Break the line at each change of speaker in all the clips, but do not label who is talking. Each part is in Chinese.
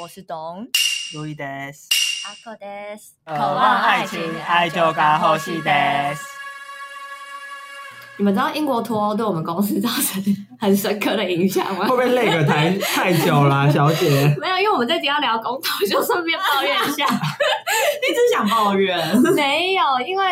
我是董
路易德斯，
阿克德斯，
渴望爱情，爱就该呼吸德斯。
你们知道英国脱欧对我们公司造成很深刻的影响吗
会？不会累个太太久啦，小姐？
没有，因为我们这集要聊公投，就顺便抱怨一 下。
一直想抱怨，
没有，因为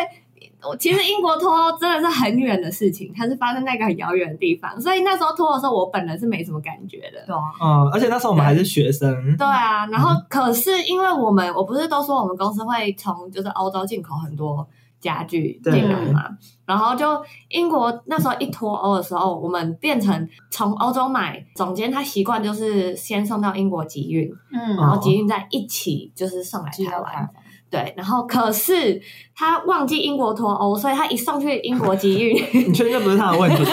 我其实英国脱欧真的是很远的事情，它是发生在一个很遥远的地方，所以那时候脱的时候，我本人是没什么感觉的。
对啊，
嗯，而且那时候我们还是学生，
对啊，然后可是因为我们，我不是都说我们公司会从就是欧洲进口很多家具
对
进来嘛，然后就英国那时候一脱欧的时候，我们变成从欧洲买，总监他习惯就是先送到英国集运，
嗯
哦
然后集运再一起就是送来台湾。对，然后可是他忘记英国脱欧，所以他一送去英国集运，
你确定这不是他的问题吗？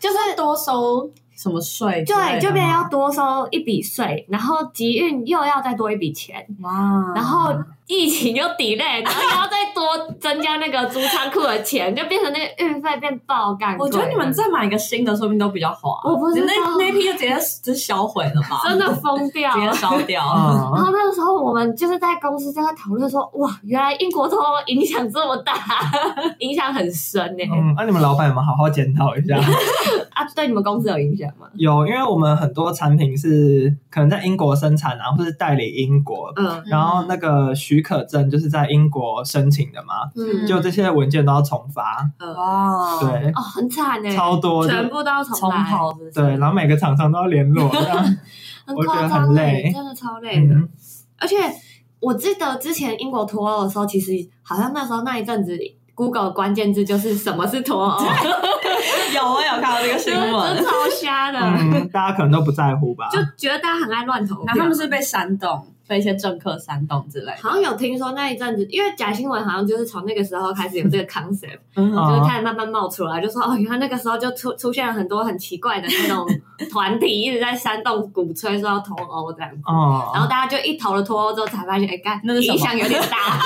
就是
多收什么税之类的吗？
对，就变成要多收一笔税，然后集运又要再多一笔钱，
哇，
然后疫情又 delay，然后又要再多增加那个租仓库的钱，就变成那个运费变爆干贵。
我觉得你们再买一个新的，说不定都比较好啊。
我不知道
那那一批就直接就销毁了吧？
真的疯掉
直接
了。
烧掉。
然
嗯，
后那个时候，我们就是在公司就在讨论说，哇，原来英国脱欧影响这么大， 影响很深呢、
嗯，那、你们老板有没有好好检讨一下？
啊，对你们公司有影响吗？
有，因为我们很多产品是可能在英国生产啊，或是代理英国，
嗯
然后那个许可证就是在英国申请的嘛，
嗯，
就这些文件都要重发，
哇，
对，
哦，很惨呢、
超多
全
的，
部都要重
从
来，
头是不是
对，然后每个厂商都要联络，这样
很
我觉
夸
得
张
很
欸
累
真的超累的。
嗯
而且我记得之前英国脱欧的时候，其实好像那时候那一阵子，Google 关键字就是什么是脱 欧，
有我有看到这个新
真的
闻，
超瞎的，
嗯，大家可能都不在乎吧，嗯
就觉得大家很爱乱投
然后他
票
们。是被煽动，被一些政客煽动之类的。
好像有听说那一阵子，因为假新闻好像就是从那个时候开始有这个 concept，
嗯
哦
就是开始慢慢冒出来，就说哦，原来那个时候就出出现了很多很奇怪的那种团体一直在煽动鼓吹说要脱欧这样子。
哦，
然后大家就一投了脱欧之后，才发现，哎，干，
那是什么
影响有点大。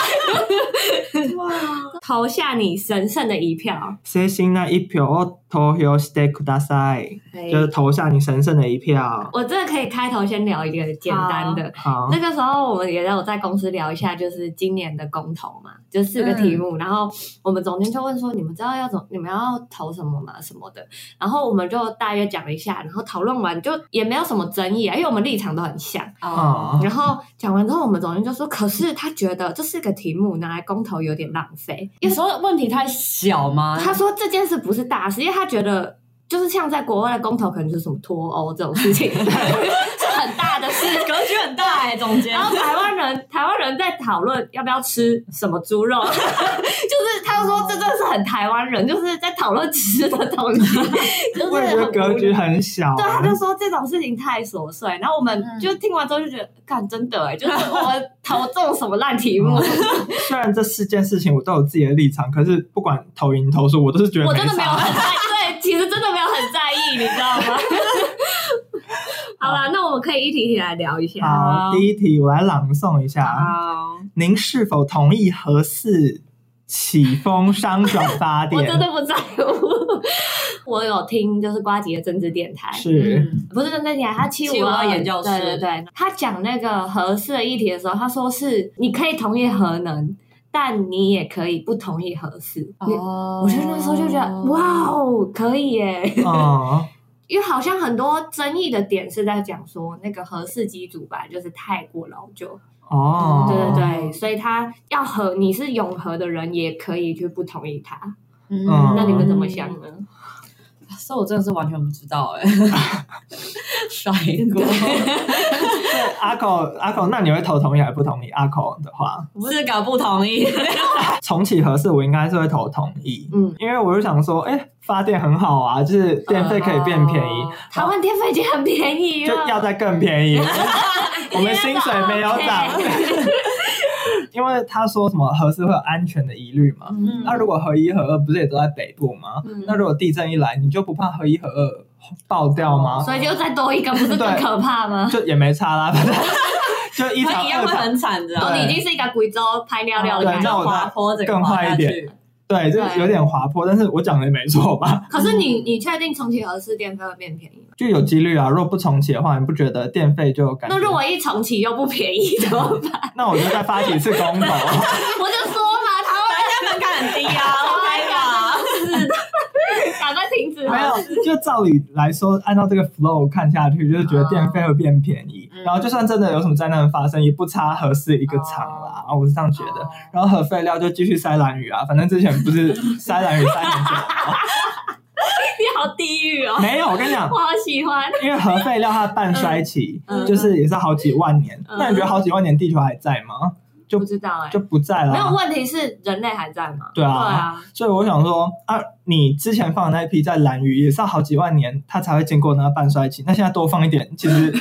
投下你神圣的一票，
谁信那一票を投票してください，就是投下你神圣的一票。
我这个可以开头先聊一个简单的。
好
那，个时候我们也有在公司聊一下，就是今年的公投嘛，就四个题
嗯
目。然后我们总监就问说：“你们知道要怎你们要投什么吗？什么的？”然后我们就大约讲了一下，然后讨论完就也没有什么争议啊，因为我们立场都很像。
哦，
然后讲完之后，我们总监就说：“可是他觉得这四个题目拿来公投有点浪费，因
有
为
时候问题太小
嗯
吗？
他说这件事不是大事，因为他觉得就是像在国外的公投，可能就是什么脱欧这种事情， 是很大的事。
格局很大哎，总监
然后台湾人，台湾人在讨论要不要吃什么猪肉， 就是他说这真的是很台湾人，就是在讨论吃的东西，就是
我也觉得
很
格局很小。啊
对，啊他就说这种事情太琐碎，然后我们
嗯
就听完之后就觉得，干真的哎、就是我们投中什么烂题目，
嗯虽然这四件事情我都有自己的立场，可是不管投赢投输，我都是觉 得
我真的没有
啥。
很在意，对，其实真的没有很在意，你知道吗？ 好了，那我们可以一题一题来聊一下。
好，第一题我来朗诵一下：
好，
您是否同意核四起风商转发
我
电
真？的不在乎， 我有听就是瓜吉的政治电台，
是，
不是政治电台，啊他七五
752
二
研究室
对对对，他讲那个核四的议题的时候，他说是你可以同意核能，但你也可以不同意核四。
哦
我就那时候就觉得，哇哦，可以耶！
哦，
因为好像很多争议的点是在讲说那个核四机组吧，就是太过老旧，
哦，
对对
哦
对，所以他要和你是永和的人，也可以去不同意他。
嗯
嗯
那你们怎么想？呢？
这我真的是完全不知道 哎，甩锅。
对阿口阿口，那你会投同意还是不同意？阿口的话，
四个不同意，
重启合适，我应该是会投同意，
嗯，
因为我就想说，哎、发电很好啊，就是 电费可以变便
哦
宜，
台湾电费已经很便宜啊
就
了，
要再更便宜。 我们薪水没有 涨，因为他说什么合适会有安全的疑虑嘛。
嗯
那、如果合一合二不是也都在北部吗？
嗯
那如果地震一来，你就不怕合一合二爆掉吗？
所以就再多一个，不是更可怕吗？
就也没差啦， 反正就一
他
场
一样
二
会
场
很惨的
哦，
对
你已经是一个贵州拍尿尿的
对
感
那
觉，
我再
滑坡，整个
更
滑
坏
下
一点
去。
对，就
对
有点滑坡，但是我讲的也没错吧？
可是你你确定重启合适电费会变便宜吗？
就有几率啊。如果不重启的话，你不觉得电费就感觉？
那如果一重启又不便宜怎么办？
那我就再发起一次公 投，
我就说嘛，他会
家门槛很低 啊
OK
吧？
赶快停止
没
啊。
有，就照理来说，按照这个 flow 看下去，就是觉得电费会变便宜，
嗯
然后就算真的有什么灾难发生，也不差合适一个厂啦。啊，我是这样觉得。
哦
然后核废料就继续塞蓝雨啊，反正之前 不是塞蓝雨三年前吗，
你好地狱哦，
没有，我跟你讲
我，好喜欢。
因为核废料它的半衰期、
嗯嗯
就是也是好几万年，
嗯
那你觉得好几万年地球还在吗？就
不知道哎、
就不在了
没有
啊。
问题是人类还在吗？
对啊
对啊，
所以我想说啊，你之前放的那一批在蓝鱼也是要好几万年，它才会经过那个半衰期。那现在多放一点，其实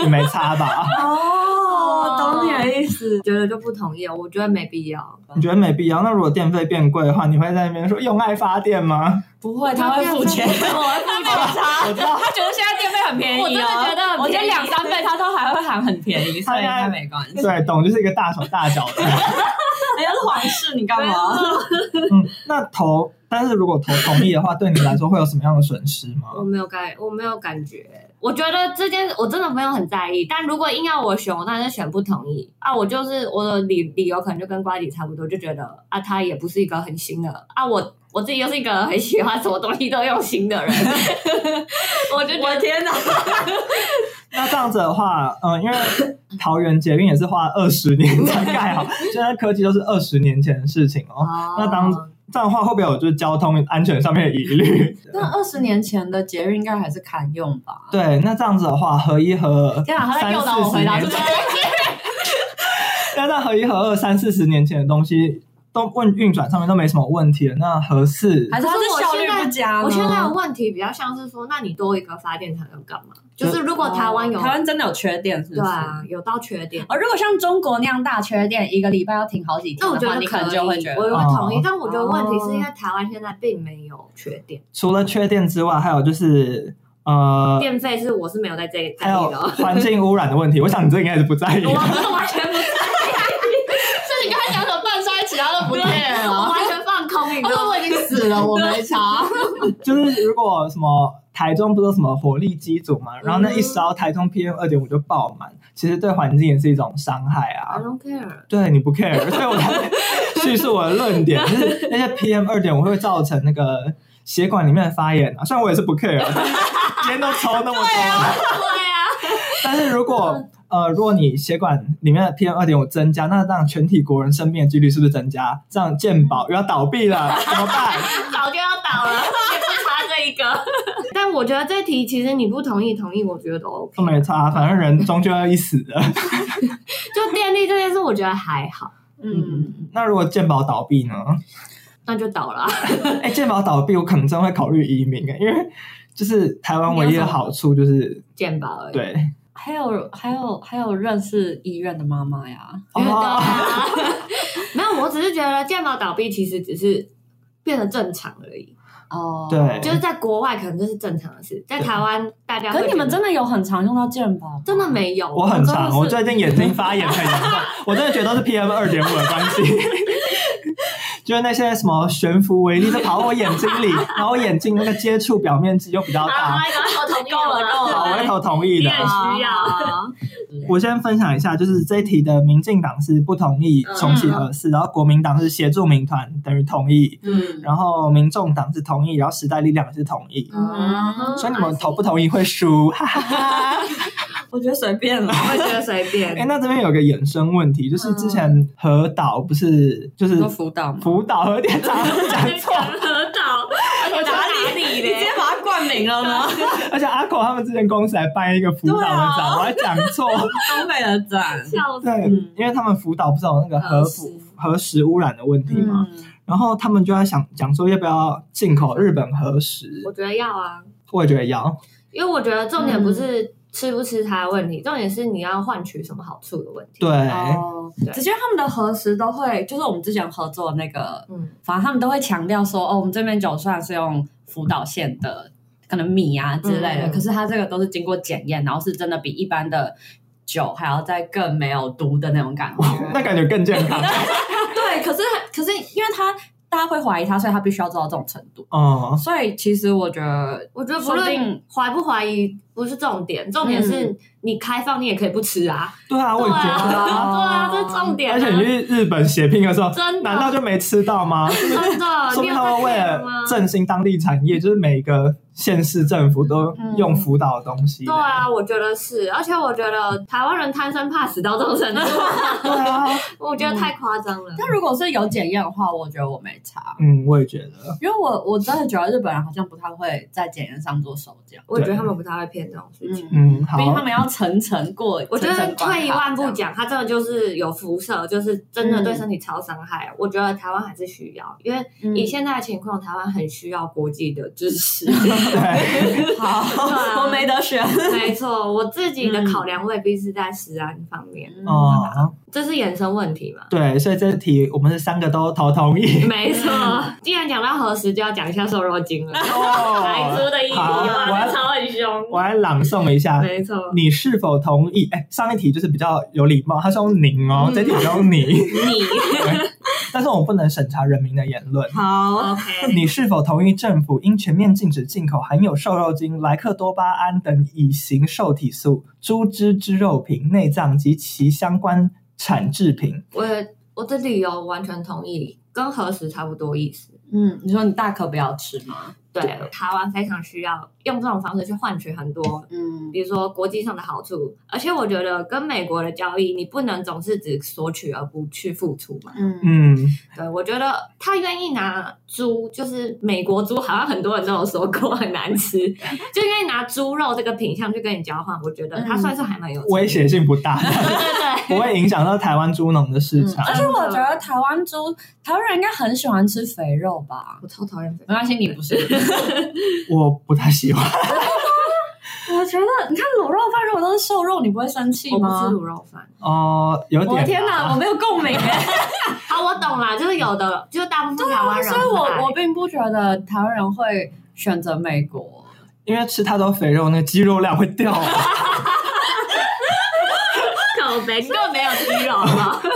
也没差吧？
哦，懂你的意思。
觉得就不同意，我觉得没必要。
你觉得没必要？那如果电费变贵的话，你会在那边说用爱发电吗？
不会，他会付钱。
我会付钱。
我知道，
他觉得现在电费很便宜、哦，
我真的觉得很便宜
我觉得两三倍他都还会喊很便宜，所以应该没关系。
对，懂就是一个大手大脚的。
人哎家是皇室，你干 嘛？
嗯，那投，但是如果投同意的话，对你来说会有什么样的损失吗？
我没有感，我没有感觉。我觉得这件我真的没有很在意，但如果硬要我选，我当然是选不同意啊。我就是我的理理由可能就跟瓜迪差不多，就觉得啊，他也不是一个很新的啊，我我自己又是一个很喜欢什么东西都用心 的人，我就觉得天哪，
那这样子的话，嗯、因为桃园捷运也是花二十年才盖好，现在科技都是二十年前的事情哦。那当这样的话，会不会有就是交通安全上面的疑虑？
那二十年前的节日应该还是堪用吧？
对，那这样子的话，合一合二
天啊，他在
三
诱导我
四十
回答
年
是
前， 那那合一合二三四十年前的东西都问运转上面都没什么问题了，那合适
还是他是效率不佳呢
我现在的问题比较像是说，那你多一个发电厂要干嘛？就是如果台湾有、
哦台湾真的有缺电，是不是？
对啊有到缺点，
哦，如果像中国那样大缺电，一个礼拜要停好几天的
那
话，
我觉得
你可
可
能
以，
就会觉
我
得
会同意。
哦
但我觉得问题是因为台湾现在并没有缺电，
除了缺电之外，还有就是呃，
电费是我是没有在这在
还
意
有
的哦，
环境污染的问题。我想你这应该是不在意
我
吧。
是完全不在意。所以你刚才讲什么半衰期，他啊 都不哦 care 我完全放空，你知道吗？
已经死了，我没 查。
就是如果什么台中不是有什么火力机组嘛，然后那一烧台中 PM 二点五就爆满，其实对环境也是一种伤害
I
啊。
don't care。
对你不 care，所以 我 才叙述我的论点，就是那些 PM 二点五会造成那个血管里面的发炎啊。虽然我也是不 care，啊 今天都抽那么
对
多，
啊，嗯
但是如果呃，如果你血管里面的 PM 二点五增加，那让全体国人生病的几率是不是增加？这样健保又要倒闭了，怎么办？
早就要倒了，也不差这一个。 但我觉得这题其实你不同意，同意我觉得都 OK
都。没差，反正人终究要一死的。
就电力这件事，我觉得还好，
嗯，
那如果健保倒闭呢？
那就倒了 啊。
哎、健保倒闭，我可能真会考虑移民、欸，因为就是台湾唯一的好处就是
健保而已。
对，
还有还有还有认识医院的妈妈呀，
因为对
哦
啊， 没有，我只是觉得健保倒闭其实只是变得正常而已，
哦
对
就是在国外可能这是正常的事，在台湾大家会
可是你们
觉得
真的有很常用到健保吗？
真的没有，
我很
真的
常，
是
我最近眼睛发炎很严重， 我真的觉得都是 PM 二点五的关系。 就是那些什么悬浮微粒，就跑到我眼睛里，然后我眼睛那个接触表面积又比较
好
大。
来赶快啊我同意
够了够了
好，我会投同意
你
的。
很需要，
我先分享一下，就是这一题的民进党是不同意重启核四，然后国民党是协助民团等于同意，
嗯，
然后民众党是同意，然后时代力量也是同意。
嗯
所以你们同不同意会输，哈哈哈。
我觉得随便了。
我会觉得随
哎、
便。
那这边有个衍生问题，就是之
嗯
前核岛不是就是
说辅导吗？
福岛核电 厂讲错，
河岛，我
哪里
里
你直接
嘞？
把它冠名 了吗？
而且阿口他们之前公司还办一个福岛的展，
对啊
我还讲错。
东北的展，
笑死！
对，
嗯
因为他们福岛不是有那个核腐核食污染的问题嘛，
嗯
然后他们就在想讲说要不要进口日本核食，
我觉得要啊，
我也觉得要。
因为我觉得重点不是吃不吃它的问题，重点是你要换取什么好处的问题。
对，
哦，
对
只是因为他们的核实都会，就是我们之前合作的那个，
嗯，
反正他们都会强调说，哦，我们这边酒虽然是用福岛县的可能米啊之类的，
嗯
可是它这个都是经过检验，然后是真的比一般的酒还要再 更没有毒的那种感觉。
那感觉更健康。
对，可是可是因为它大家会怀疑他，所以他必须要做到这种程度。
嗯，
所以其实我觉得，
我觉得不
说不
论
定
怀不怀疑不是重点，重点是你开放你也可以不吃啊，
对啊，我
对
也
啊，
觉得啊。
对啊，这是重点、啊。
而且你去日本血拼的时候，
真的
难道就没吃到吗？
真的，啊
说
你
明
有
他们为
在看
了
吗？
振兴当地产业，就是每个县市政府都用辅导的东西。
嗯对啊，我觉得是，而且我觉得台湾人贪生怕死到这种程 度，
对啊，
我觉得太夸张了。
但如果是有检验的话，我觉得我没差，
嗯，我也觉得，
因为我我真的觉得日本人好像不太会在检验上做手脚。
我觉得他们不太会骗这种事情。
嗯，
嗯，好
毕，竟他们要层层过，
我觉
层
得
层关卡
退一万步
这样，
讲，它真的就是有辐射，就是真的对身体超伤害。
嗯
我觉得台湾还是需要，因为
嗯
以 现在的情况，台湾很需要国际的支 持。
对，
啊
好，我没得选。
没错，我自己的
嗯
考量未必是在食安方面，
哦，
这是衍生问题嘛？
对，所以这题我们是三个都投同意。
没 错，既然讲到核实，就要讲一下瘦肉精了。来猪
哦，
的意义
好
哇，
我要
那超很凶。
我来朗诵一下，
没错，
你是否同意？哎，上一题就是比较有礼貌，他是用您哦，
嗯
这题我用你，
你
但是我不能审查人民的言论。
好，
OK，
你是否同意政府应全面禁止进口含有瘦肉精、莱克多巴胺等乙型受体素、猪脂之肉品、内脏及其相关产制品？
我我的理由完全同意，跟核实差不多意思。
嗯，你说你大可不要吃吗？
对，台湾非常需要用这种方式去换取很多，
嗯
比如说国际上的好处。而且我觉得跟美国的交易，你不能总是只索取而不去付出嘛。
嗯，
嗯，
对，我觉得他愿意拿猪，就是美国猪，好像很多人都有说过很难吃，就愿意拿猪肉这个品相去跟你交换。我觉得他
嗯
算是还蛮有诚意
威胁性不 大， 不会影响到台湾猪农的市场。
嗯而且我觉得台湾猪，台湾人应该很喜欢吃肥肉吧？
我超讨厌肥
没关系，你不 是。
我不太喜欢，
我觉得你看卤肉饭如果都是瘦肉，你不会生气
我不吃
吗？
卤肉饭。
哦，有点
我
吧。
的天哪，我没有共鸣 耶。
好，我懂啦，就是有的，就是大部分台湾人
嗯啊所
不爱，
以我我并不觉得台湾人会选择美国。
因为吃太多肥肉，那个肌肉量会掉。啊
口肥，你根本没有肌肉 嘛。
所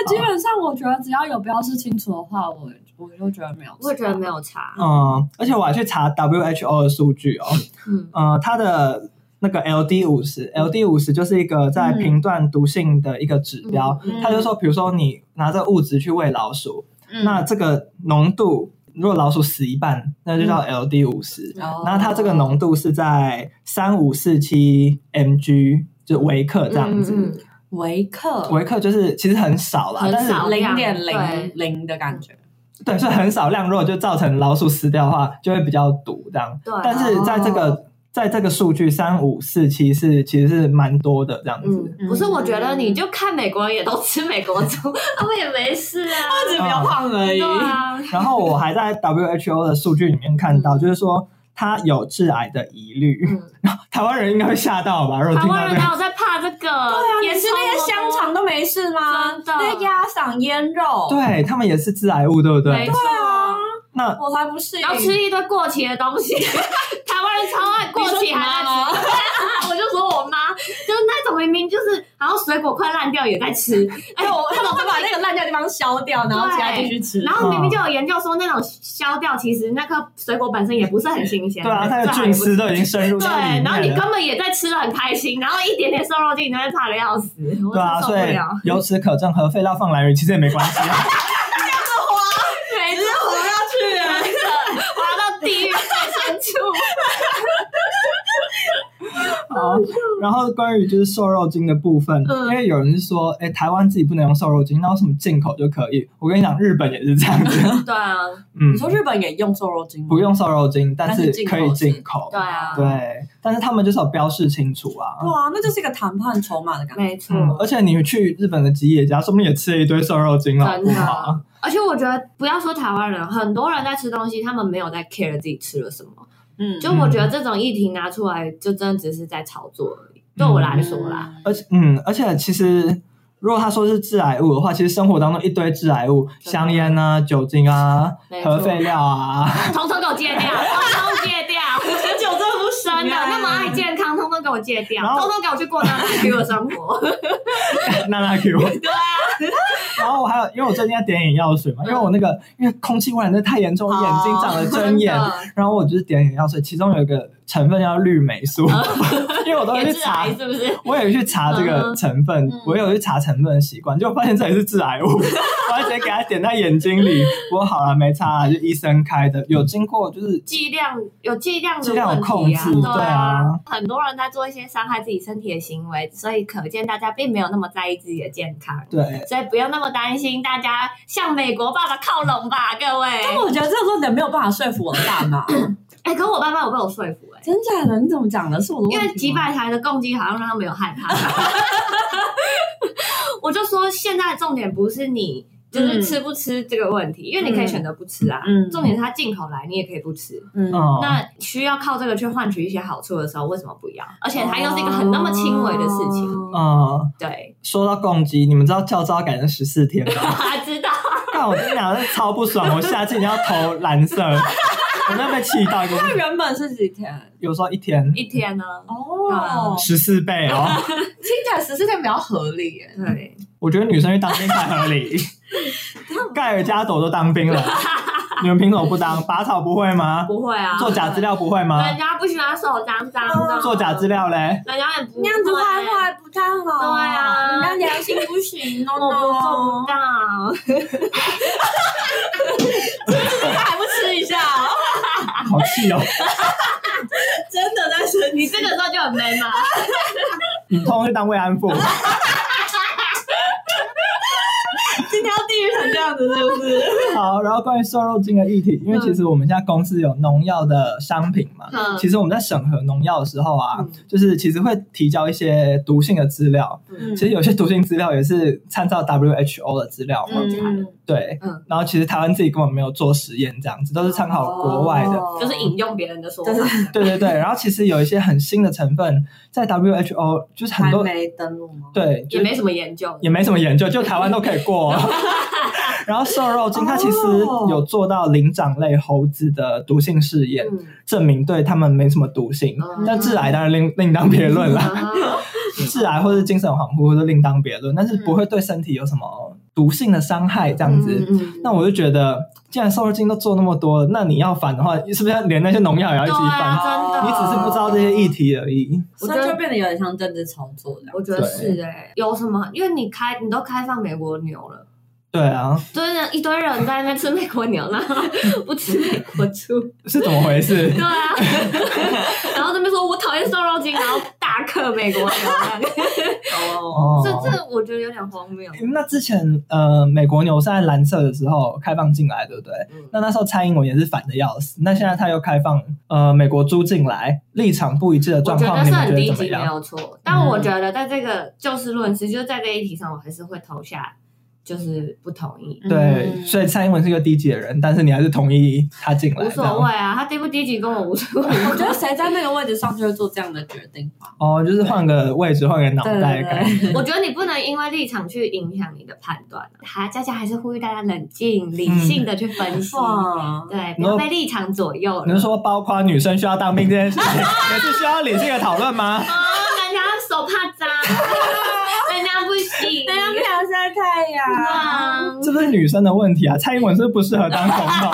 以基本上，我觉得只要有标示清楚的话，我我就觉得没有差。
我也觉得没有差，
嗯，而且我还去查 WHO 的数据哦，
嗯，
呃，它的那个 LD 五十，LD 五十就是一个在评断毒性的一个指标。
嗯
它就说，比如说你拿着物质去喂老鼠，
嗯
那这个浓度，如果老鼠死一半，那就叫 LD 五十、
哦
然后它这个浓度是在三五四七 mg，就微克这样子。呃
嗯嗯
维克
微克就是其实很少啦，
很
但是
少
零点
对
零零的感觉。
对，所以很少量，如果就造成老鼠死掉的话，就会比较毒这样。
对啊
但是在这个、在这个数据三五四七是其实是蛮多的这样子。
嗯，不是，我觉得你就看美国人也都吃美国 猪，他们也没事啊，
只比较胖而
对啊，
然后我还在 WHO 的数据里面看到，就是说它有致癌的疑虑。
嗯，
台湾人应该会吓到吧？如果
台
听到
湾
这
人
个
哪，有在怕这个？对啊
你吃那些香肠都没事吗？
真的
那些鸭嗓腌肉，
对他们也是致癌物，对不啊
没
对
错？，
啊
那
我才不信。
然后吃一堆过期的东西， 台湾人超爱过
你说
期
你
还在
妈
吃。
吗？
我就说我妈就是那种明明就是，然后水果快烂掉也在吃，
哎，我他们会把那个烂掉的地方削掉，然后其他继续
嗯
吃。
然后明明就有研究说那种削掉，其实那颗水果本身也不是很新鲜的，
对啊，它的
这还不
菌丝都已经深入
对
到里，面啊
然后你
了
根本也在吃的很开心，然后一点点瘦肉精你就会怕的要 死，我
对啊，
真受不
所以
了。
由此可证，和废料放来源其实也没关系 啊。
每次
活下去，
滑到地狱最深处，
好，然后关于就是瘦肉精的部分，
嗯
因为有人是说，哎、台湾自己不能用瘦肉精，那为什么进口就可以？我跟你讲，日本也是这 样子，
对啊，
嗯
你，说日本也用瘦肉精吗？
不用瘦肉精，但是
但是
可以进
进
口，
对啊
对，但是他们就是有标示清楚
对
啊。
啊，那就是一个谈判筹码的感觉。
没错。
嗯，而且你去日本的吉野家，说不定也吃了一堆瘦肉精哦了，好
真
不
的
好？啊
而且我觉得，不要说台湾人，很多人在吃东西，他们没有在 care 自己吃了什么。
嗯
就我觉得这种议题拿出来，就真的只是在炒作而已。对我来说啦，，
而且，嗯，而且其实。如果他说是致癌物的话，其实生活当中一堆致癌物，
的
香烟啊、酒精啊、
没错
核废料啊，
统统给我戒掉，统统戒掉，
酒这不
真的那么爱健康，统统给我戒掉
啊然，后
统统给我去过那那 Q 的生活。
娜娜 Q，对啊， 然后我还有，因为我最近在点眼药水
嗯
嘛，因为我那个因为空气污染真的太严重，眼睛长了针眼，
哦
然后我就是点眼药水，其中有一个成分叫绿霉素， 因为我都会
哦也
去
致
查
癌，是不是？
我也去查这
嗯
个成分，我有去查成分的习惯，就发现这也是致癌物， 我还直接给它点在眼睛里。不过好了，没差啦，就医生开的，有经过就是
剂量有剂量的
剂量有
问
控
题
制
啊，
对
啊
啊，
很多人在做一些伤害自己身体的行为，所以可见大家并没有那么在意自己的健康，
对，
所以不用那么担心，大家向美国爸爸靠拢吧，各位。
但我觉得这个论点没有办法说服我的大脑，
哎、可我爸爸有被我说服哎、
真假的？你怎么讲的？是我的
因
问题吗
为几百台的共击好像让他没有害怕。我就说现在的重点不是你就是吃不吃这个问题，因为你可以选择不吃啊。
嗯
重点是它进口来，你也可以不吃。
嗯
嗯，
那需要靠这个去换取一些好处的时候，为什么不要？而且它又是一个很那么轻微的事情，
哦
嗯，
对，
说到攻击，你们知道教招改成十四天吗？
他知道，
但我跟你讲，真的超不爽，我下次一定要投蓝色，我真的被气到一个，
那原本是几天？
有时候一天
一天呢，
哦，
十四倍哦。
听起来十四天比较合理耶。
对，
我觉得女生去当兵才 合理。盖尔加朵都当兵了，你们凭什么不当？拔草不会吗？
不会 啊，
做假资料不会吗？
人家不喜欢手脏脏的，
做假资，料嘞？
人家也不
那样子画
会
画不太好、
对啊
人家良心不行
我不做
哦
不。到。
他还不吃一下、
啊
好气 哦！
真的在生
你这个时候就很 man 嘛，
你通通去当慰安妇，
今天要地狱成这样子，是不是？
好，然后关于瘦肉精的议题，因为其实我们现在公司有农药的商品嘛，
嗯
其实我们在审核农药的时候啊
嗯，
就是其实会提交一些毒性的资料，
嗯
其实有些毒性资料也是参照 WHO 的资料嘛，
嗯
对
嗯，哦
然后其实台湾自己根本没有做实验，这样子都是参考国外的，
嗯就是引用别人的说法
就。
对对对，然后其实有一些很新的成分在 WHO 就是很
还
多
没登录吗？
对，
也
就是
没什么研究，
也没什么研究，就台湾都可以过、 然后瘦肉精它其实有做到灵长类猴子的毒性试验，
嗯，
证明对它们没什么毒性。
嗯
但致癌当然另另当别论
啊
啦，致癌或是精神恍惚都另当别
嗯
论，但是不会对身体有什么毒性的伤害这样子。
嗯
那我就觉得，既然瘦肉精都做那么多了，那你要反的话，是不是要连那些农药也要一起
对
反？
啊，真的，
你只是不知道这些议题而已。
我
所
觉
以
得
就变得有点像政治操作这样。
我觉得是哎、有什么？因为你开，你都开放美国牛了，
对啊，
就是一堆人在那边吃美国牛，然后不吃美国猪，
是怎么 回事？
对啊，然后这边说我讨厌瘦肉精，然后大克美国牛，
哦
这这我觉得有点荒谬。
那之前呃，美国牛是在蓝色的时候开放进来，对不对？
嗯
那那时候蔡英文也是反的要死，那现在他又开放呃美国猪进来，立场不一致的
我
状
觉
况，
得
你
是
们
很
觉
低
得怎么
级，没
样？嗯
有错。但我觉得在这个就事论事，就是在这一题上，我还是会投下就是不同意，
对，
嗯
所以蔡英文是一个低级的人，但是你还是同意他进来，
无
这样
所谓啊，他低不低级跟我无所 谓。
我觉得谁在那个位置上就会做这样的决定吧。
哦，就是换个位置，换个脑袋的感觉。
我觉得你不能因为立场去影响你的判断、啊。还佳佳还是呼吁大家冷静、理
嗯
性的去分 析，
哇，
对，不要被立场左右了。
哦你是说，包括女生需要当兵这件 事情，也是需要理性的讨论吗？
啊，人家手怕脏，人家不 行，啊
人家不想晒太阳，
脏。
这不是女生的问题啊！蔡英文是不是不适合当总统，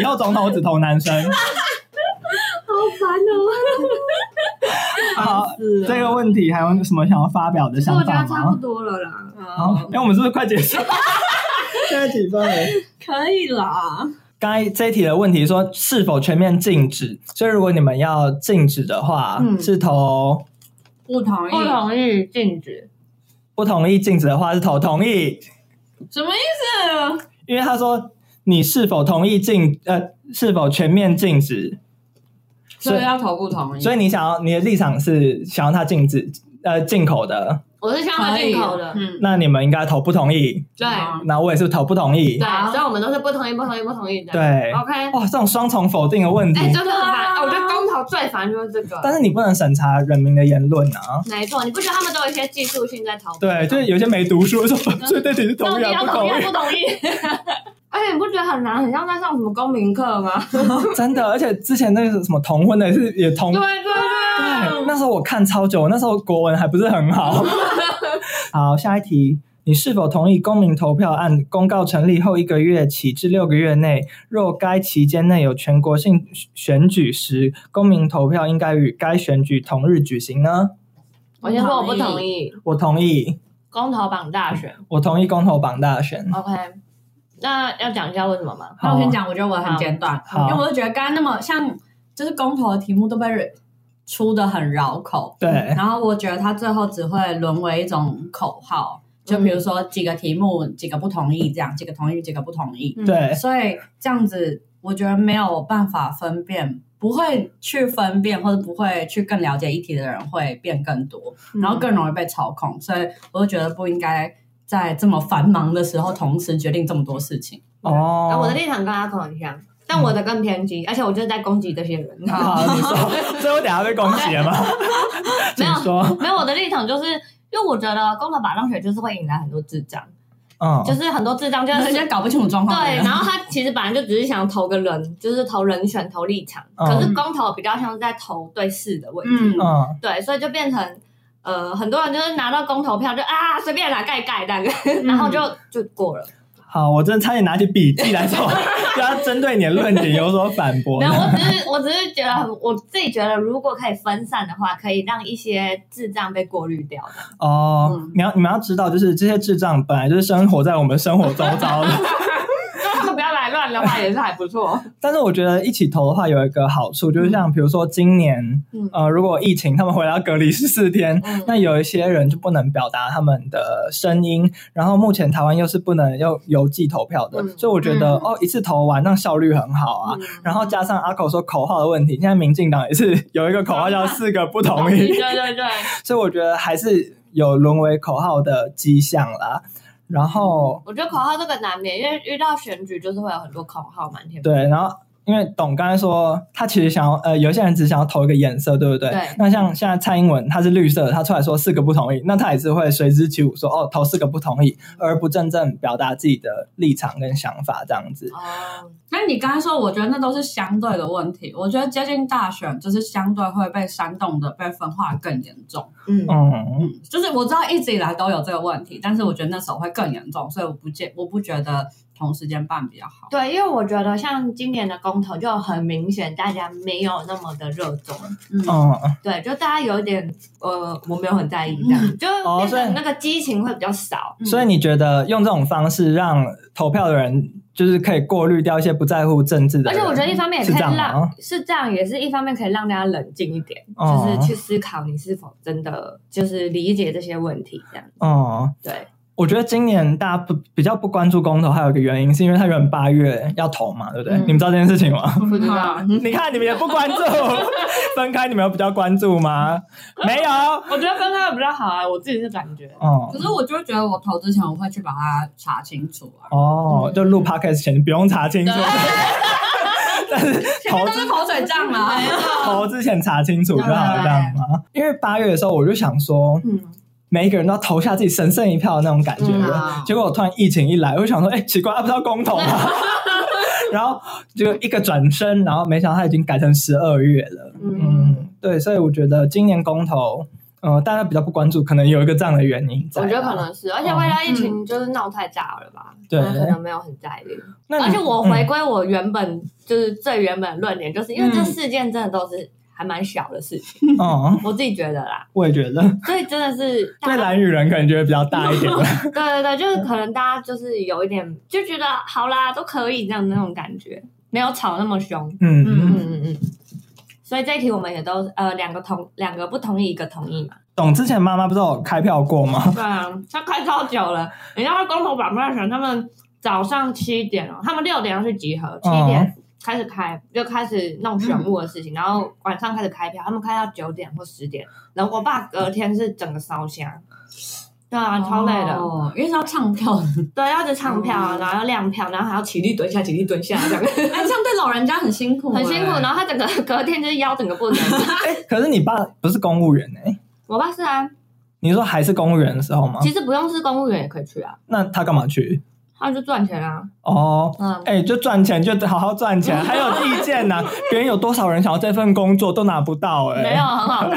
以后总统我只投男生。
好烦哦！
好，这个问题还有什么想要发表的
其实
想
我觉
法
得差不
吗？
多了啦。
好，哎、我们是不是快结束？现在几分了？
可以啦。
刚才这一题的问题说是否全面禁止，所以如果你们要禁止的话，
嗯
是投
不同意，
意禁止，
不同意禁止的话是投同意，
什么意思？
因为他说你是否同意禁呃是否全面禁止，
所以要投不同意。
所以你想要你的立场是想要它禁止呃进口的，
我是希望他进口的，
嗯，
那你们应该投不同意。
对
好
那我也是投不同意。
对，所以我们都是不同意、不同意、不同意的。
对嗯
，OK，
哇，这种双重否定的问题，
哎，真的很烦。
对啊
哎我觉得公投最烦就是这个。
但是你不能审查人民的言论啊。
没错，你不觉得他们都有一些技术性在逃避？
对，就是有些没读书 的说，所以这题是同
到
意
底
还
要
不
同
同
意啊还
意？
不同意？而且你不觉得很难，很像在上什么公民课 吗？
真的，而且之前那个什么同婚的也是也同
对对对，
哎
哦
对，那时候我看超久，那时候国文还不是很好。好，下一题，你你是否同意公民投票案公告成立后一个月起至六个月内，若该期间内有全国性选举时，公民投票应该与该选举同日举行呢？
我先说我不同意，
我同意，
公投榜大选。
我同意公投榜大选。
OK，那要讲一下为什么吗？
那我先讲，我觉得我很简短，
好
因
好
为我就觉得刚刚那么像就是公投的题目都被出的很绕口，
哎
对，
然后我觉得它最后只会沦为一种口号，就比如说几个题目，几个不同意这样，几个同意，几个不同意，
嗯
对，
所以这样子我觉得没有办法分辨。不会去分辨，或者不会去更了解议题的人会变更多，
嗯
然后更容易被操控，所以我就觉得不应该在这么繁忙的时候同时决定这么多事情。
啊，我的
哦，
立场跟阿孔很像，但我的更偏激，而且我就是在攻击这些人。
好，你说， 最后等下被攻击了吗？
没
请
有
说，
没有，我的立场就是，因为我觉得公投榜当选就是会引来很多智障，
嗯，
就是很多智障就
那
是
人家搞不清楚状况的
对，
人。
然后他其实本来就只是想投个人， 就是投人选、投立场，
嗯
可是公投比较像是在投对事的问题，
嗯，
嗯，
对，所以就变成呃，很多人就是拿到公投票就啊随便啦盖盖大概，然后就就过了。
好，我真的差点拿起笔记来说， 就要针对你的论点有所反驳
没。有，我只是我只是觉得很，我自己觉得如果可以分散的话，可以让一些智障被过滤掉的。
哦，
嗯
你要你们要知道，就是这些智障本来就是生活在我们生活周遭的，
嗯那他们不要来乱的话，也是还不错。
但是我觉得一起投的话有一个好处，就是像比如说今年，
嗯
呃，如果疫情他们回来要隔离十四天，
嗯
那有一些人就不能表达他们的声音，然后目前台湾又是不能用邮寄投票的，
嗯
所以我觉得、
嗯
哦一次投完那效率很好啊。
嗯
然后加上阿口说口号的问题，现在民进党也是有一个口号
啊
叫“四个不同意”，
对对对，
所以我觉得还是有沦为口号的迹象啦。然后
我觉得口号这个难免，因为遇到选举就是会有很多口号满天飞。
对，然后因为董刚才说他其实想要呃，有些人只想要投一个颜色，对不对？
对
那像现在蔡英文他是绿色的，他出来说四个不同意，那他也是会随之起舞说哦投四个不同意，而不真正表达自己的立场跟想法这样子。
哦，
那你刚才说，我觉得那都是相对的问题。我觉得接近大选，就是相对会被煽动的、被分化更严重。
嗯
嗯，
嗯，就是我知道一直以来都有这个问题，但是我觉得那时候会更严重，所以我不见我不觉得同时间办比较好。
对，因为我觉得像今年的公投就很明显，大家没有那么的热衷，
嗯，
对，就大家有点呃，我没有很在意这样，就
哦
变
所以
成那个激情会比较少。
所以你觉得用这种方式让投票的人就是可以过滤掉一些不在乎政治
嗯
的
而
人，
且我觉得一方面也可
是
以
这样吗
让？是这样，也是一方面可以让大家冷静一点，
哦
就是去思考你是否真的就是理解这些问题这样。
哦、
对，
我觉得今年大家不比较不关注公投，还有一个原因是因为他原本八月要投嘛，对不对？
嗯
你们知道这件事情吗？
不知道，
嗯
你看你们也不关注，分开你们有比较关注吗？没有。
我觉得分开比较好啊，我自己是感觉。
哦
可是我就觉得，我投之前我会去把它查清楚啊。
哦，就录 podcast 前不用查清楚，
前面都是口水仗啦，
投之前查清楚就好，
对
这样吗？因为八月的时候我就想说，
嗯，
每一个人都要投下自己神圣一票的那种感觉
嗯
啊
结果我突然疫情一来，我就想说，哎、奇怪，啊、不是要 公投吗？然后就一个转身，然后没想到他已经改成十二月了。
嗯
嗯，对，所以我觉得今年公投，嗯、大家比较不关注，可能有一个这样的原因在嗯
我
吧。
觉得可能是，而且未来疫情就是闹太大了吧，
对
可能没有很在意。
那
嗯
你，嗯
而且我回归我原本就是最原本的论点，就是因为这事件真的都是还蛮小的事情，
嗯，哦，
我自己觉得啦，
我也觉得
所以真的是大
对蓝雨人可能觉得比较大一 点吧。
对对对，就是可能大家就是有一点就觉得好啦，都可以这样那种感觉，没有吵那么凶。嗯
嗯，
嗯嗯。所以这一题我们也都呃两个同两个不同意一个同意嘛，
懂之前妈妈不是有开票 过吗？
对啊，他开超久了。人家公投板票选，他们早上七点哦，他们六点要去集合，七点开始开，就开始弄选务的事情，然后晚上开始开票，他们开到九点或十点。然后我爸隔天是整个烧香，对啊，超累的。
哦，因为是要唱票的。
对，要去唱票啊，然后要亮票，然后还要起立蹲下，起立蹲下这样，
哎，像对老人家很辛苦欸，
很辛苦。然后他整个隔天就是腰整个不能。
哎，可是你爸不是公务员哎、
我爸是啊，
你说还是公务员的时候吗？
其实不用是公务员也可以去啊。
那他干嘛去？
那就赚钱啊。
哦。
嗯，
哎、就赚钱，就好好赚 钱，还有意见呢、别人有多少人想要这份工作都拿不到、哎，
没有，很好 拿，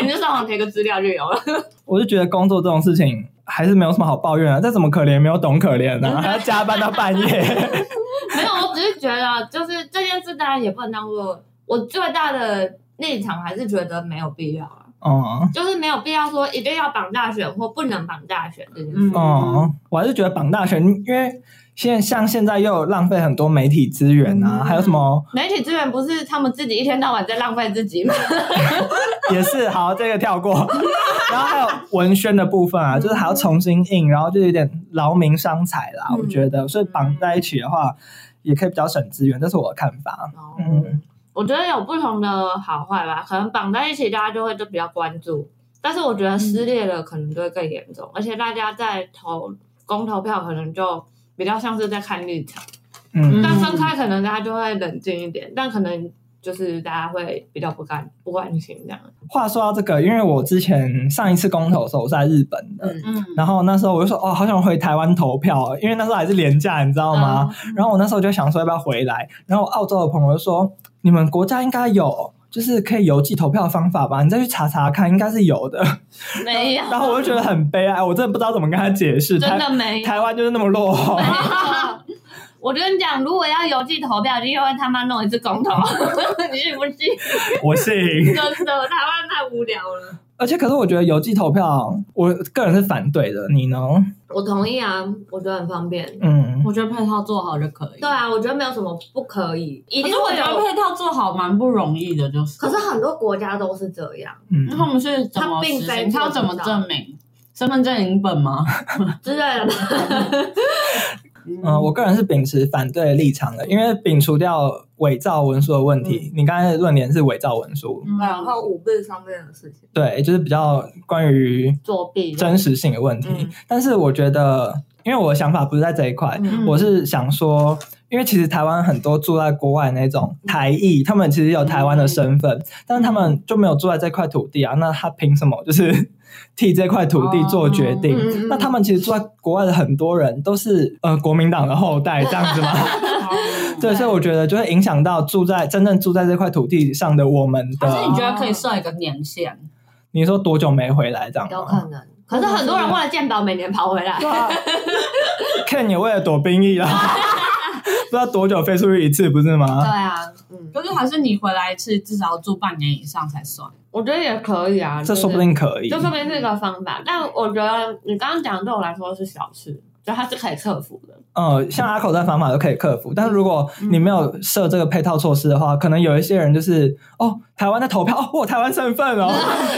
你就上网填个资料就有了。
我就觉得工作这种事情还是没有什么好抱怨的、啊再怎么可怜，没有懂可怜 的、还要加班到半夜。
没有，我只是觉得，就是这件事当然也不能当做我最大的立场，还是觉得没有必要啊，
哦
就是没有必要说一定要绑大选或不能绑大选这件事。
嗯
哦，我还是觉得绑大选，因为现在像现在又有浪费很多媒体资源啊，
嗯
还有什么
媒体资源不是他们自己一天到晚在浪费自己吗？
也是好，这 个跳过。然后还有文宣的部分啊，就是还要重新印，然后就有点劳民伤财啦，
嗯
我觉得。所以绑在一起的话，也可以比较省资源，这是我的看法。嗯
我觉得有不同的好坏吧，可能绑在一起，大家就会就比较关注。但是我觉得撕裂了可能就会更严重，而且大家在投公投票可能就比较像是在看立场，
嗯，
但分开可能大家就会冷静一点，但可能就是大家会比较不甘不关心这样。
话说到这个，因为我之前上一次公投的时候我是在日本的，
嗯
嗯
然后那时候我就说哦，好想回台湾投票哦，因为那时候还是廉价，你知道吗？然后我那时候就想说要不要回来，然后澳洲的朋友就说你们国家应该有。就是可以邮寄投票的方法吧，你再去查查看，应该是有的。
没有，
然后我就觉得很悲哀，我真的不知道怎么跟他解释。
真
台
的没有。
台湾就是那么落后，
我跟你讲，如果要邮寄投票，就又会他妈弄一次公投， 你信不信？
我信。
真的，台湾太无聊了。
而且，可是我觉得邮寄投票，我个人是反对的。你呢？
我同意啊，我觉得很方便。
嗯，
我觉得配套做好就可以。
对啊，我觉得没有什么不可以，一
可
定
是我
会
觉得
有。
配套做好蛮不容易的，就是。
可是很多国家都是这样
嗯
那他们是怎么
他并
实
非
行？他要怎么证明？身份证影本吗？
之类的吧。
嗯，我个人是秉持反对的立场的，因为摒除掉伪造文书的问题，
嗯
你刚才的论点是伪造文书，
嗯
然后舞弊方面的事情，
对，就是比较关于
作弊
真实性的问题。
嗯
但是我觉得，因为我的想法不是在这一块，
嗯
我是想说，因为其实台湾很多住在国外那种台裔，他们其实有台湾的身
嗯
份，但是他们就没有住在这块土地啊，那他凭什么就是 替这块土地做决定？
哦嗯嗯嗯
那他们其实住在国外的很多人都是呃国民党的后代，这样子吗？
哦
对，所以我觉得就会影响到住在真正住在这块土地上的我们
但是
的
你。觉得可以设一个年限？
你说多久没回来这样
有
吗？
可能。可是很多人为了健保每年跑回来，
对啊，Ken 也为了躲兵役啊，不知道多久飞出去一次，不是
对
吗？
啊，嗯，
可是还是你回来一次至少要住半年以上才算。
我觉得也可以啊。
这说不定可以
就。说明是一个方法，但我觉得你刚刚讲的对我来说是小事，就它是可以克服的。
呃，像阿口这方法就可以克服，但是如果你没有设这个配套措施的话，可能有一些人就是哦，台湾在投票，哦，我有台湾身份哦，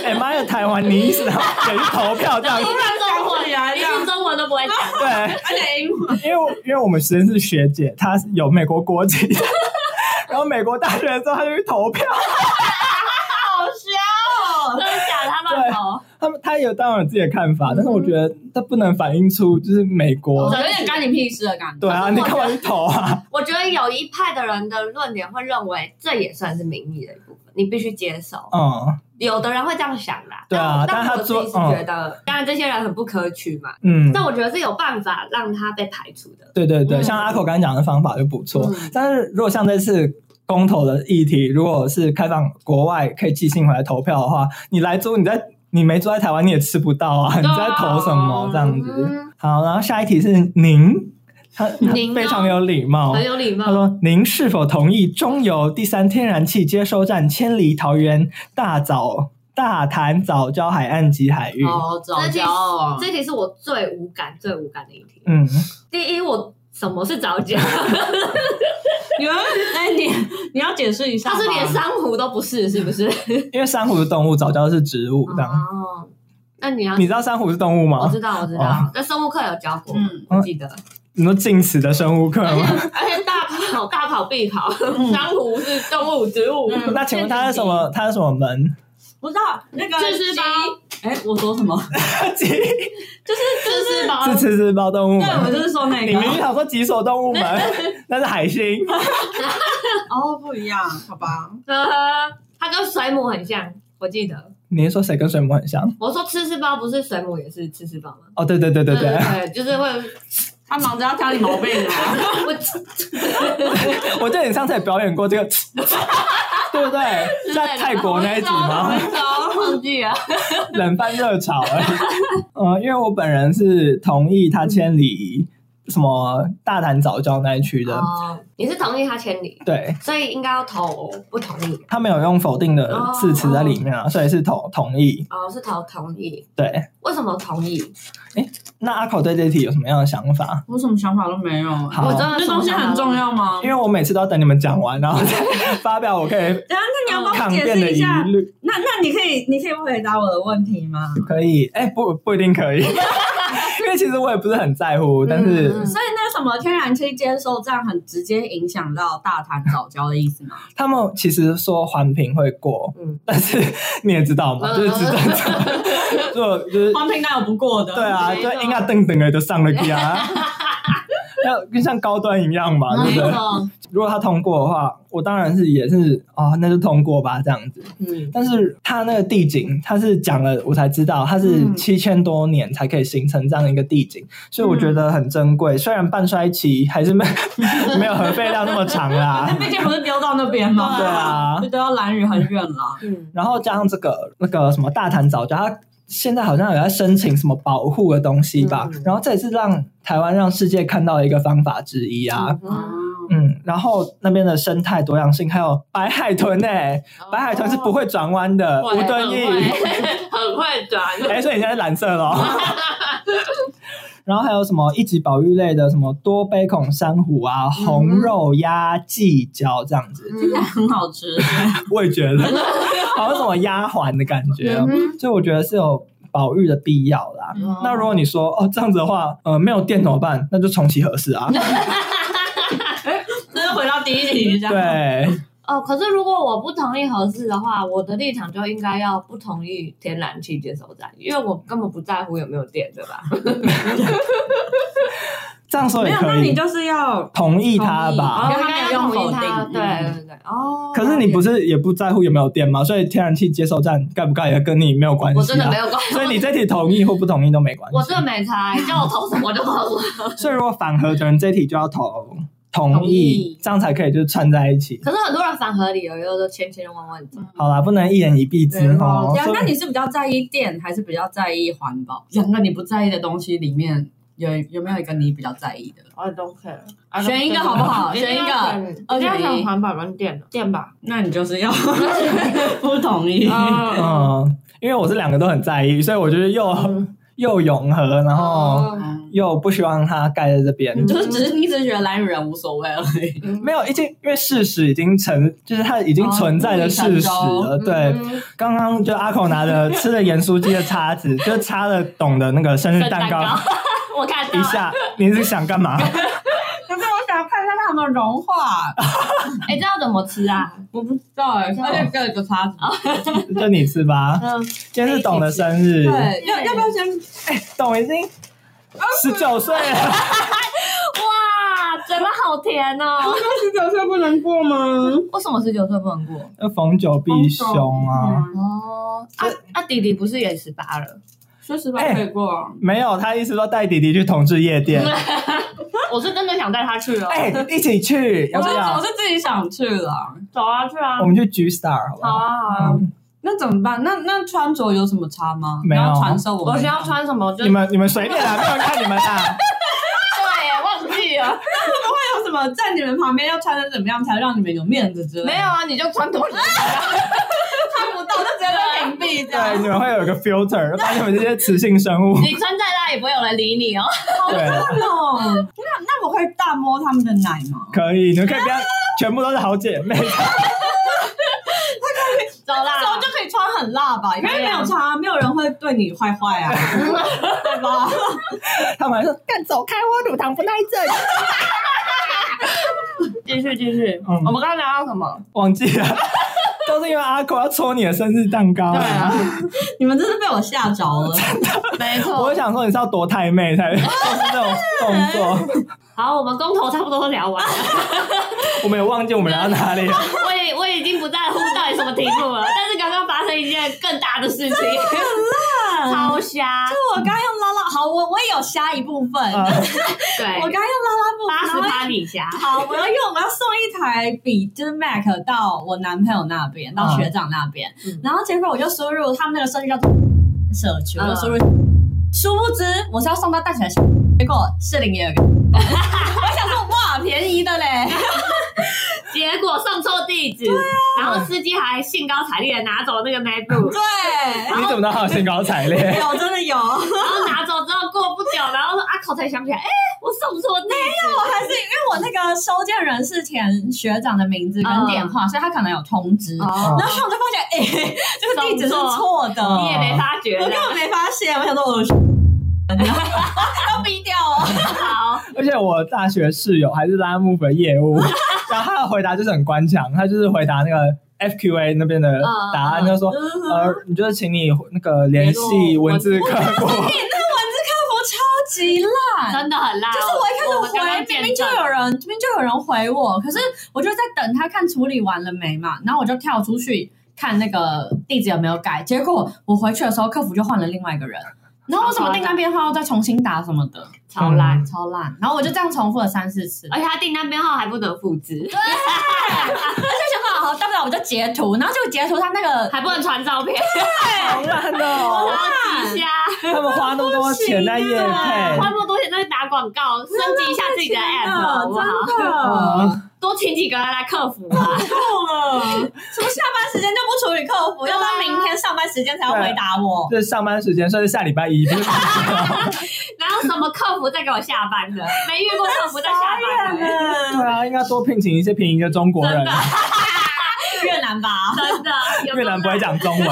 哎妈呀，台湾你意思然后给去投票这样
一
子，
般中文 啊，一般中文都不会讲，
对。
而且英文。
因为我因为我们实验室学姐，她有美国国籍， 然后美国大学的时候她就去投票，
好笑、哦，真的假的？他乱投，
他们她有当然有自己的看法，但是我觉得她不能反映出就是美国
哦。
有点干你屁事的感觉。
对啊，
可
你
是我
干嘛去投啊？
我觉得有一派的人的论点会认为这也算是民意的一部分，你必须接受。
嗯
有的人会这样想啦，
对啊
但我但
但他
我自
做
己是觉得，当然这些人很不可取嘛，
嗯，
但我觉得是有办法让他被排除的。
对对对，
嗯
像阿口刚才讲的方法就不错
嗯。
但是如果像这次公投的议题，如果是开放国外可以寄信回来投票的话，你来租你在。你没住在台湾，你也吃不到啊！你在投什么这样子？
哦嗯
好，然后下一题是您，他他
您哦哎
非常有礼貌，
很有礼
他
貌。
说：“您是否同意中油第三天然气接收站千里桃园大早大潭早礁海岸及海域？”
哦，早
这题
教哦，
这题是我最无感、最无感的一题。
嗯，
第一，我什么是早教？
你们哎，你你要解释一下吧，
他是连珊瑚都不是，是不是？
因为珊瑚是动物，早礁是植物，这样。
哦，那你要
你知道珊瑚是动物
我
吗
知？道，我知
哦
道，那生物课有教过，
嗯
我记得。
你说近似的生物课
而
吗？
且而且大
嗯
跑大跑必跑， 珊瑚是动物植物，
嗯
那请问它是什么？它是什么门？
不知道那个
自私包，
哎，我说什么？
自私包
是吃吃包动物
对，我
门。
就是说哦那
你明明
个。
想说脊索动物 门，那是海星。
哦，不一样，好吧。
呃，它跟水母很像，我记得。
你是说谁跟水母很像？
我说吃丝包不是水母也是吃丝包吗？
嗯
哦，对对对对对，
对，就是会
他忙着要挑你毛病啊。
我记得你上次也表演过这个， 对不对？在泰国那一集吗？
忘记啊，
冷饭热炒而已。 呃，因为我本人是同意他迁离什么大潭早教那一区的，
哦，你是同意他千里，
对
所以应该要投不同意。
他没有用否定
哦
的字词在里面啊，所以是同同意。
哦，是投同意，
对，
为什么同意？
那阿口对这题有什么样的想法？
我什么想法都没有。
好
我真的
这东西很重要吗？
因为我每次都要等你们讲完，然后 再发表我可以
等一下，那你要帮
抗
我解
辩的
释一
疑
下。
虑。
那那你可以，你可以回答我的问题吗？
嗯
可以，哎、不不一定可 以，因为其实我也不是很在乎，但是
嗯嗯
所以那什么天然气接收站很直接影响到大潭早教的意思吗？
他们其实说环评会过，
嗯
但是你也知道
嗯
嘛，就是执政 者就就是
黄平那有不过的，
对啊，
没
就
错
硬要瞪瞪的就上了去 啊，要跟像高端一样嘛，对不对？
错，
如果他通过的话，我当然是也是哦，那就通过吧这样子。
嗯，
但是他那个地景，他是讲了我才知道，他是
嗯
七千多年才可以形成这样一个地景，所以我觉得很珍
嗯
贵。虽然半衰期还是没 没有核废料那么 长啦，
毕竟不是丢到那边吗？
对啊
就。丢到蓝屿很远了。
嗯，
然后加上这个那个什么大潭早教，他现在好像有在申请什么保护的东西吧，
嗯
然后这也是让台湾让世界看到的一个方法之一啊。
嗯
嗯，然后那边的生态多样性，还有白海豚呢、
哦
白海豚是不会转弯的，
会
吴敦义。
很快 转，
哎，所以你现在是蓝色 喽。然后还有什么一级保育类的，什么多杯孔珊瑚啊、红肉鸭、鲫胶这样 子，
嗯
很好吃，
我也觉得好像什么鸭环的感觉
嗯
哦，所以我觉得是有保育的必要啦。那如果你说哦这样子的话，呃，没有电怎么办？那就重启合适啊。
那就回到第一题这样。
对，
哦，可是如果我不同意合适的话，我的立场就应该要不同意天然气接收站，因为我根本不在乎有没有电，对吧？
这样说
没
也
有，那
可
你
以，
就是要
同意他吧。
哦
因为他没有
同意
否
他，
定
对对对，哦。
可是你不
是，
是也不在乎有没有电吗？所以天然气接收站盖不盖也跟你没有关系、啊。啊
我真的没有关系，
所以你这题同意或不同意都没关系。
我真的没猜，叫我投什么就投什么。
所以如果反核的人这题就要投同意，
同意
这样才可以就是串在一起。
可是很多人反合理由又都千千万万种，
好啦，不能一言以蔽
嗯
之哦。
呀
所以
那你是比较在意电，还是比较在意环保？两个你不在意的东西里面，有有没有一个你比较在意的？
I don't care，
啊
选一个好 不好？
一定
选一
要
个，
而
二
且
选一。
环保跟电了，电吧。
那你就是 要不同意。
嗯，因为我是两个都很在意，所以我觉得又、又永和，然后
嗯哦，
嗯
又不希望它盖在这边。
嗯
就是只是你只是觉得蓝雨人无所谓而已。
没有，已经因为事实已经成，就是它已经存在的事实了。
嗯
对，，刚刚就阿口拿着吃了盐酥鸡的叉子，就插了董的那个生日
生
蛋
蛋
糕
糕，我看到
一下，你是想干 嘛？
可是我想看一下它有没有融化，
哎，这要怎么吃啊？
我不知道哎、
而且
只有一个叉子。
就你吃吧。
嗯，
今天是董的生日，
对，要要不要先？
董已经十九岁了，
哇，嘴巴好甜哦！
十九岁不能过吗？
为什么十九岁不能过？
要逢九必凶啊！
哦，啊啊，弟弟不是也十八了？
说实话可以过啊。
没有，他意思说带弟弟去同志夜店，
嗯我是真的想带他去哦，
哎，一起去，要
我
不
是我
要？
是自己想去了，
走啊，去啊
我，们去 G Star 好不
好
好？
啊，好啊。
那怎么办？那那穿着有什么差吗？
没有
你要传授我们
我需要穿什么？就
你们你们随便啊，没有人看你们啊。
对耶，忘记了。
有什么在你们旁边要穿成怎么样才让你们有面子之类的？
没有啊，你就穿拖鞋。
看不到，就直接被屏蔽这
对，
样。
你们会有一个 filter，把你们这些雌性生物。
你穿再大也不会有人理你哦。
对，
哦，那那我可以大摸他们的奶吗？
可以，你们可以不要，全部都是好姐妹。
走啦，
时候就可以穿很辣吧，因为没有差，啊没有人会对你坏坏 啊，对吧？
他们还说干走开，我乳糖不耐症。
继续继续。
嗯
我们刚刚聊到什么？
忘记 了，都是因为阿狗要戳你的生日蛋糕。
对啊，
嗯
你们真是被我吓着了。
没
我
错。
想说你是要多太 妹才做出这种动作，
好，我们公投差不多都聊完了。
我们也忘记我们聊到哪里了。
我也我已经不在乎到底什么题目了，但是刚刚发生一件更大的事情，超瞎。
我刚刚用拉拉，好，我我有有虾一部分。
呃
对，
我刚刚用
八十
拉拉布，然后
趴底下，
好，我要用，我要送一台笔，就是 Mac 到我男朋友那边，到学长那边，
嗯
然后结果我就输入他们那个社区叫社区，我就输入，殊不知我是要送到大学的社区，结果士林也有一个，我想说哇，便宜的嘞，
结果送错地址，
啊
然后司机还兴高采烈的拿走那个 MacBook，
对，
你怎么知道他有兴高采烈？
有真的有，我
然后拿走之后过不久，然后阿口才想起来，哎，我送错地址，
还是因为我那个收件人是填学长的名字跟电话，所以他可能有通知，然
哦，
后我就发现，哎，这个地址是错
送
的，
错
你也没发觉
我根
的，
本没发现，我想说我哦 的要逼掉哦。
好，
而且我大学室友还是拉幕的业务，然后他的回答就是很官腔，他就是回答那个 FQA 那边的答案，
嗯嗯
就说呃，你就是请你那个联系文字客服，
我超级烂，
真的很辣，
就是我一开始
我们刚刚
回，明
见
明就
证，
有人，明明就有人回我，可是我就在等他看处理完了没嘛，然后我就跳出去看那个地址有没有改，结果我回去的时候，客服就换了另外一个人。然后我什么订单编号要再重新打什么的，
超辣，
嗯
超烂。然后我就这样重复了三四次，
而且他订单编号还不能复制，
就想说好，大不了我就截图，然后就截图他那 个
还不能传照片，
好烂哦！
超级瞎。
他们花那么多钱在夜
啊
配，
花那么多钱在打广告，升级一下自己的 app 好不好？
真的。
嗯
多请几个人来客服 啊！
什么下班时间就不处理客服，
对啊
要到明天上班时间才要回答我。
这上班时间算是下礼拜一，不是
哪有什么客服在给我下班的？没遇过客服在下班的，
对啊，应该多聘请一些便宜的中国人
真的，
越南吧，
真的。有
越南不
够
会
烂，
讲中文。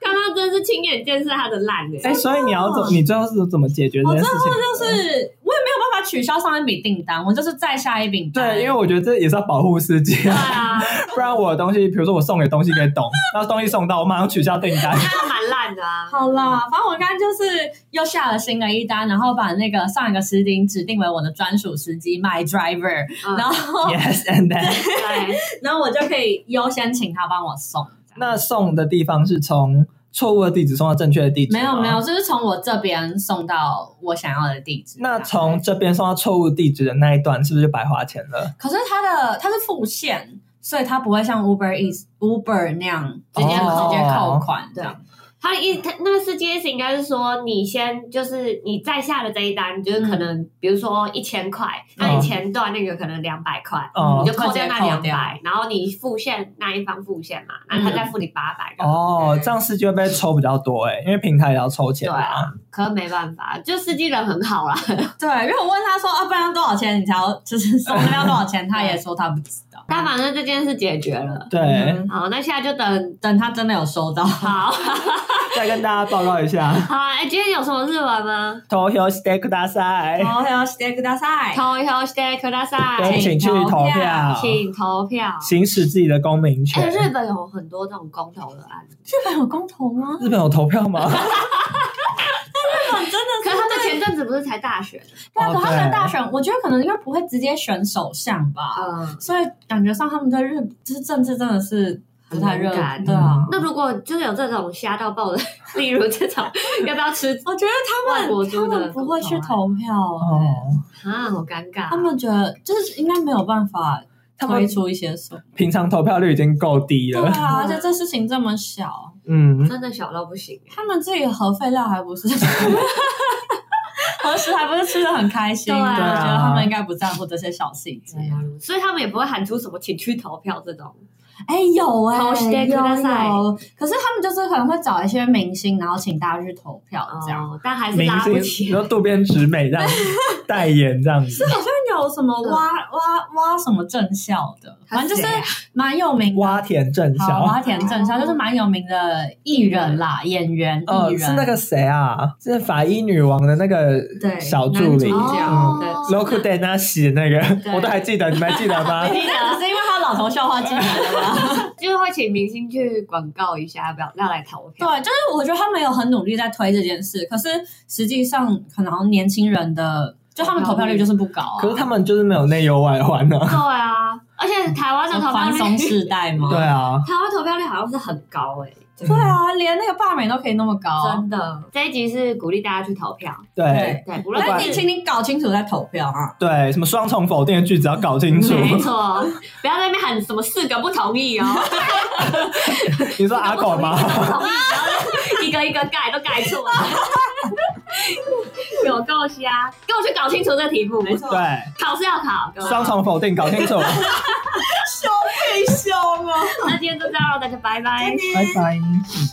刚刚真是亲眼见识他的烂的。
哎，所以你要怎么，你最后是怎么解决这件事情？
就是我也没有办法取消上一笔订单，我就是再下一笔单。
对，因为我觉得这也是要保护司机
对
啊。
啊，
不然我的东西，比如说我送给东西给董， 然后东西送到，我马上取消订 单。
那蛮烂的啊。
好啦，反正我刚刚就是又下了新的一单，然后把那个上一个司机指定为我的专属司机 my driver，、
嗯
然后
yes and then，
对，
然后我就可以优先请他帮我送。
那送的地方是从错误的地址送到正确的地址，
没有没有，。就是从我这边送到我想要的地址。
那从这边送到错误地址的那一段，是不是就白花钱了？
可是它的它是付现，所以它不会像 Uber Eats、Uber 那样直接、
哦
直接扣款这
哦
样。
他一他那个司机意思应该是说，你先就是你再下的这一单，就是可能比如说一千块，那你前段那个可能两百块，
哦
嗯
你就扣掉那两
直接扣
百，然后你付现那一方付现嘛，那他再付你八百、
哦，这样司机会被抽比较多哎、因为平台也要抽钱
对啊。可是没办法，就司机人很好啦，
对，因为我问他说啊，不然多少钱你才要，就是送那要多少钱，他也说他不知道。
但反正这件事解决了。
对，
嗯
好，那现在就等
等他真的有收到，
好
再跟大家报告一 下，
好啊！哎、今天有什么日文吗？
投票 stay 大
哎
赛，
投票してください。
投票してくだ
对，
さい，
请去投
哎投
票
票，
请投票。
行使自己的公民
哎、
权。
日本有很多这种公投的案子，
日本有公投吗？
日本有投票吗？
可是他们前阵子不是才大选？
对啊，
哦
可他们的
对
大选，我觉得可能因为不会直接选首相吧，
嗯，
所以感觉上他们对日就是政治真的是不太热
很敏感，嗯
对啊。
那如果就是有这种瞎到爆的， 例如这 种，要不要吃
我觉得
外
他
国
们
猪
他
的
们不会去
公投
投票欸
哦，
啊？好尴尬。
他们觉得就是应该没有办法
他们
推出一些什么。
平常投票率已经够低
对
了，
啊，而且这事情这么小，
嗯，
真的小到不行欸。
他们自己核废料还不是 核实还不是吃的很开心？
对啊
我觉得他们应该不在乎这些小细节。
哎所以他们也不会喊出什么“请去投票”这种。
哎，有哎、
投してください
有有可是他们就是可能会找一些明星，然后请大家去投票这样。
哦，但还是
明
拉不
星，
起
然
来。
后渡边直美这样代言这样 子，
好像有什么挖挖挖什么政校的，反正就是
嗯他谁啊
蛮有名的。
挖田正
好，
孝
花，田正孝就是蛮有名的艺人啦，演员、
哦，
艺人。
是那个谁啊？是法医女王的那个
对
小助理
男主角
嗯
哦
l o c u d e n a s 那个，
对
我都还记得，你们还记得 吗？
你那只是因为他老头笑话进来 的吧？
就是会请明星去广告一下，要不要要来投票。
对，就是我觉得他们有很努力在推这件事，可是实际上可能年轻人的就他们投票率就是不高啊。
可是他们就是没有内忧外患呢。
对啊，而且台湾的投票
宽
率，
松世代吗？
对啊，
台湾投票率好像是很高哎、
对啊，连那个罢免都可以那么高啊
真。的。这一集是鼓励大家去投票，
对
对，不论
那
是
你哎请你搞清楚再投票啊！
对，什么双重否定的句子要搞清楚。
没错，不要在那边喊什么四个不同意哦，
你说阿狗吗？
不同意，然后 一个一个盖都盖 错了，有够瞎，跟我去搞清楚这题目。没错，
对，
考试要考，各位
双。重否定搞清楚。拜
羞愧羞哦。
啊
哎
那今天就这样了，大家拜拜。
拜。